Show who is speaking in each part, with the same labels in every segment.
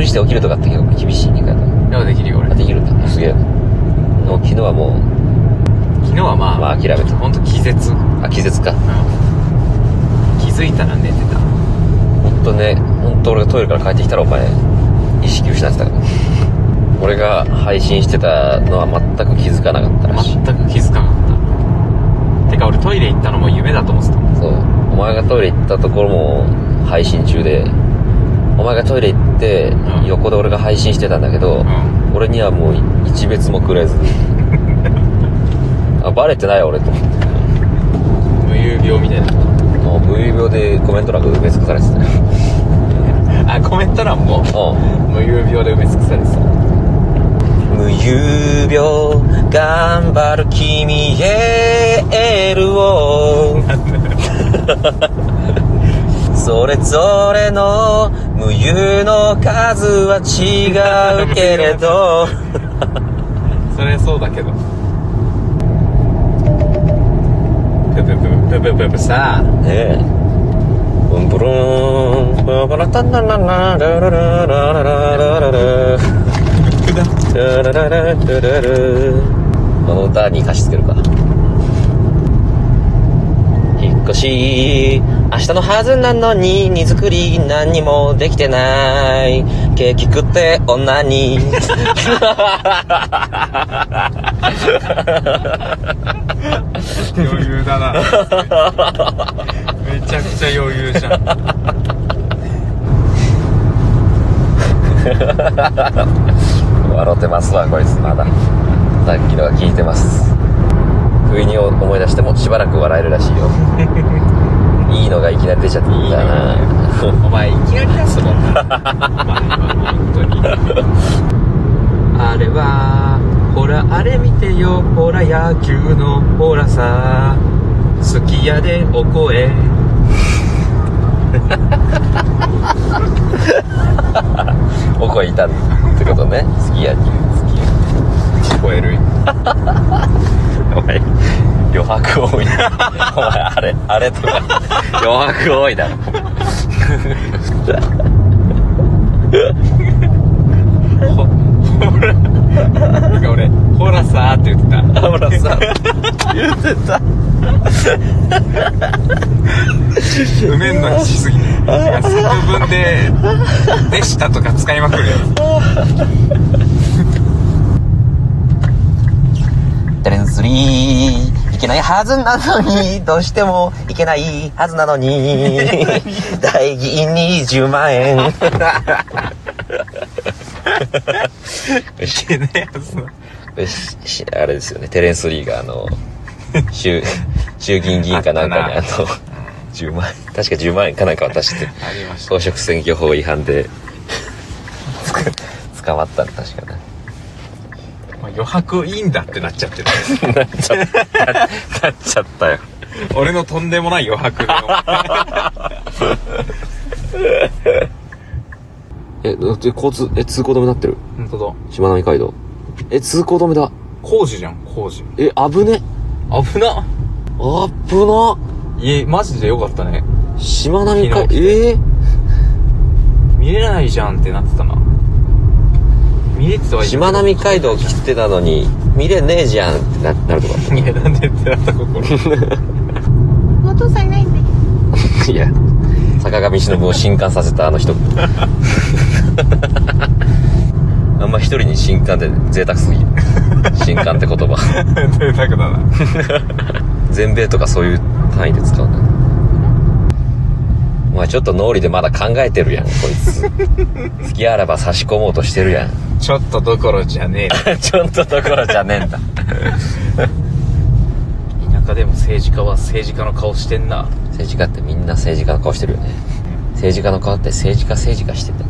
Speaker 1: りして起きるとかって結構厳しい人間だか
Speaker 2: でもできるよ俺
Speaker 1: ら。できるんだ。すげえ。でも昨日はもう、
Speaker 2: 昨日はまあ、
Speaker 1: まあ諦めた
Speaker 2: ほんと気絶、うん、
Speaker 1: あ、気絶か。
Speaker 2: 気づいたら寝てた
Speaker 1: ほんとね、ほんと俺がトイレから帰ってきたらお前、意識失ってたから。俺が配信してたのは全く気づかなかったらしい。
Speaker 2: 全く気づかなかったてか俺トイレ行ったのも夢だと思ってた
Speaker 1: そう。お前がトイレ行ったところも配信中で、お前がトイレ行って
Speaker 2: う、ん
Speaker 1: 横で俺が配信してたんだけど、
Speaker 2: う
Speaker 1: 俺にはもう一別もくれ ずあバレてない俺と思って
Speaker 2: ん無遊病みたい
Speaker 1: もう無意病でコメント欄が埋め尽くされてたよ
Speaker 2: なあコメント欄も
Speaker 1: う
Speaker 2: 無遊病で埋め尽くされてた
Speaker 1: ん無遊病頑張る君へエールをそれぞれの無遊の数は違うけれど
Speaker 2: それそうだけどプププププププさあ
Speaker 1: ねえブンブルーンブンブルタンタンタンタンルルルラララララララララララルこの歌に歌詞つけるか引っ越し明日のはずなのに荷造り何にもできてないケーキ食って女に
Speaker 2: 余裕だなめちゃくちゃ余裕じゃん
Speaker 1: 笑ってますわこいつまださっきのが聞いてます不意に思い出してもしばらく笑えるらしい よいいのがいきなり出ちゃっていいんだな
Speaker 2: お前いきなり出すもんな本当にあれはほらあれ見てよほら野球のほらさすき家でお声
Speaker 1: お声いたってことね好きやに
Speaker 2: 聞こえる
Speaker 1: お前余白多いな お前あれあれとか余白多い な
Speaker 2: ほほらなんか俺ほらさーって言ってた
Speaker 1: 田村さん言ってた
Speaker 2: 埋めんのにしすぎてなんか作文で「でした」とか使いまくるよ
Speaker 1: テレンスリーいけないはずなのにどうしてもいけないはずなの に大銀に10万 円
Speaker 2: いけねえやつの
Speaker 1: ししあれですよねテレンスリーがあの 衆衆議院議員かなんかに
Speaker 2: あ
Speaker 1: あ
Speaker 2: っ
Speaker 1: の10万円確か10万円かなんか渡して
Speaker 2: ありました
Speaker 1: 公職選挙法違反でつか捕まったの確 かね
Speaker 2: まあ余白いいんだってなっちゃってる
Speaker 1: なっちゃったよ
Speaker 2: 俺のとんでもない余白の
Speaker 1: えだって交通え通行止めになってる
Speaker 2: 本当だ
Speaker 1: しまなみ海道え通行止めだ
Speaker 2: 工事じゃん工事
Speaker 1: え危ね
Speaker 2: 危な
Speaker 1: あっぶ
Speaker 2: いえマジでよかったね
Speaker 1: なしまなみ
Speaker 2: 昨
Speaker 1: 海
Speaker 2: 日来て
Speaker 1: えー
Speaker 2: 見れないじゃんってなってたな見れてたわ
Speaker 1: しまなみ海道切ってたのに見れねえじゃんってななるとか
Speaker 2: いやなんでってなった心
Speaker 3: お父さんいないんで
Speaker 1: いや坂上忍を震撼させたあの 人あんま一人に震撼って贅沢すぎる震撼って言葉
Speaker 2: 贅沢だな
Speaker 1: 全米とかそういう単位で使うんだお前ちょっと脳裏でまだ考えてるやんこいつ付き合わば差し込もうとしてるやん
Speaker 2: ちょっとどころじゃね
Speaker 1: ちょっとどころじゃねえんだ
Speaker 2: え田舎でも政治家は政治家の顔してんな
Speaker 1: 政治家ってみんな政治家の顔してるよね政治家の顔って政治家政治家しててな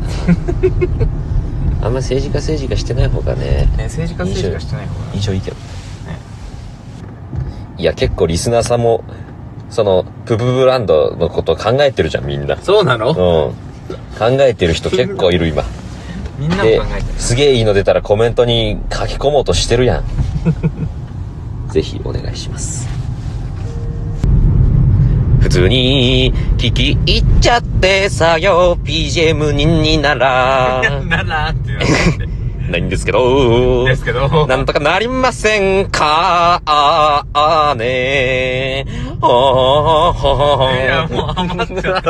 Speaker 1: あんま政治家政治家してない方がね
Speaker 2: ね政治家政治家してない方が
Speaker 1: 印象いいけどねいや結構リスナーさんもそのプブブランドのこと考えてるじゃんみんな
Speaker 2: そうな
Speaker 1: うん
Speaker 2: の
Speaker 1: 考えてる人結構いる今
Speaker 2: みんなも考え
Speaker 1: で
Speaker 2: てない
Speaker 1: すげえいいの出たらコメントに書き込もうとしてる やんぜひお願いします普通に聞き入っちゃってさよ BGM にになら
Speaker 2: ならって言われ て
Speaker 1: ないんですけど
Speaker 2: ですけど
Speaker 1: なんとかなりませんかああねあああ
Speaker 2: いやもう余っちゃっ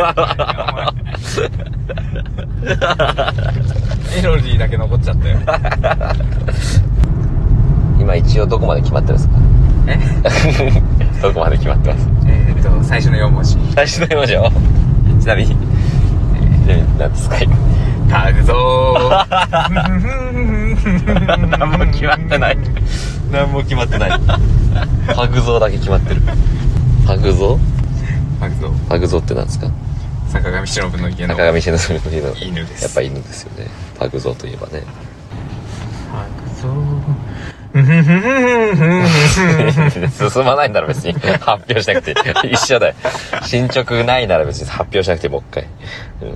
Speaker 2: たメロディーだけ残っちゃったよ
Speaker 1: 今一応どこまで決まってるんですか
Speaker 2: え
Speaker 1: どこまで決まってます
Speaker 2: えーっと最初の4文字
Speaker 1: 最初の読みましょう ちなみにえー何ですか今
Speaker 2: 「タグゾー」
Speaker 1: 何も決まってない何も決まってないパグゾーだけ決まってるパグゾー
Speaker 2: タグゾー
Speaker 1: パグゾーって何ですか
Speaker 2: 坂上忍の家の
Speaker 1: 中上忍の犬の
Speaker 2: 犬です
Speaker 1: やっぱ犬ですよねパグゾーといえばね
Speaker 2: タグゾー
Speaker 1: 進まないなら別に発表しなくて一緒だよ進捗ないなら別に発表しなくてもう一回、うん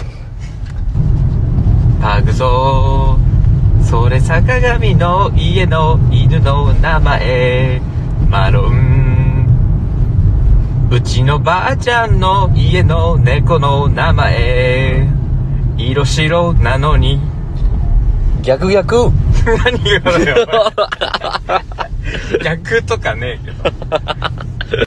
Speaker 2: タグゾーそれ坂上の家の犬の名前マロンうちのばあちゃんの家の猫の名前色白なのに
Speaker 1: 逆逆
Speaker 2: 何言うのよお前逆とかねえけど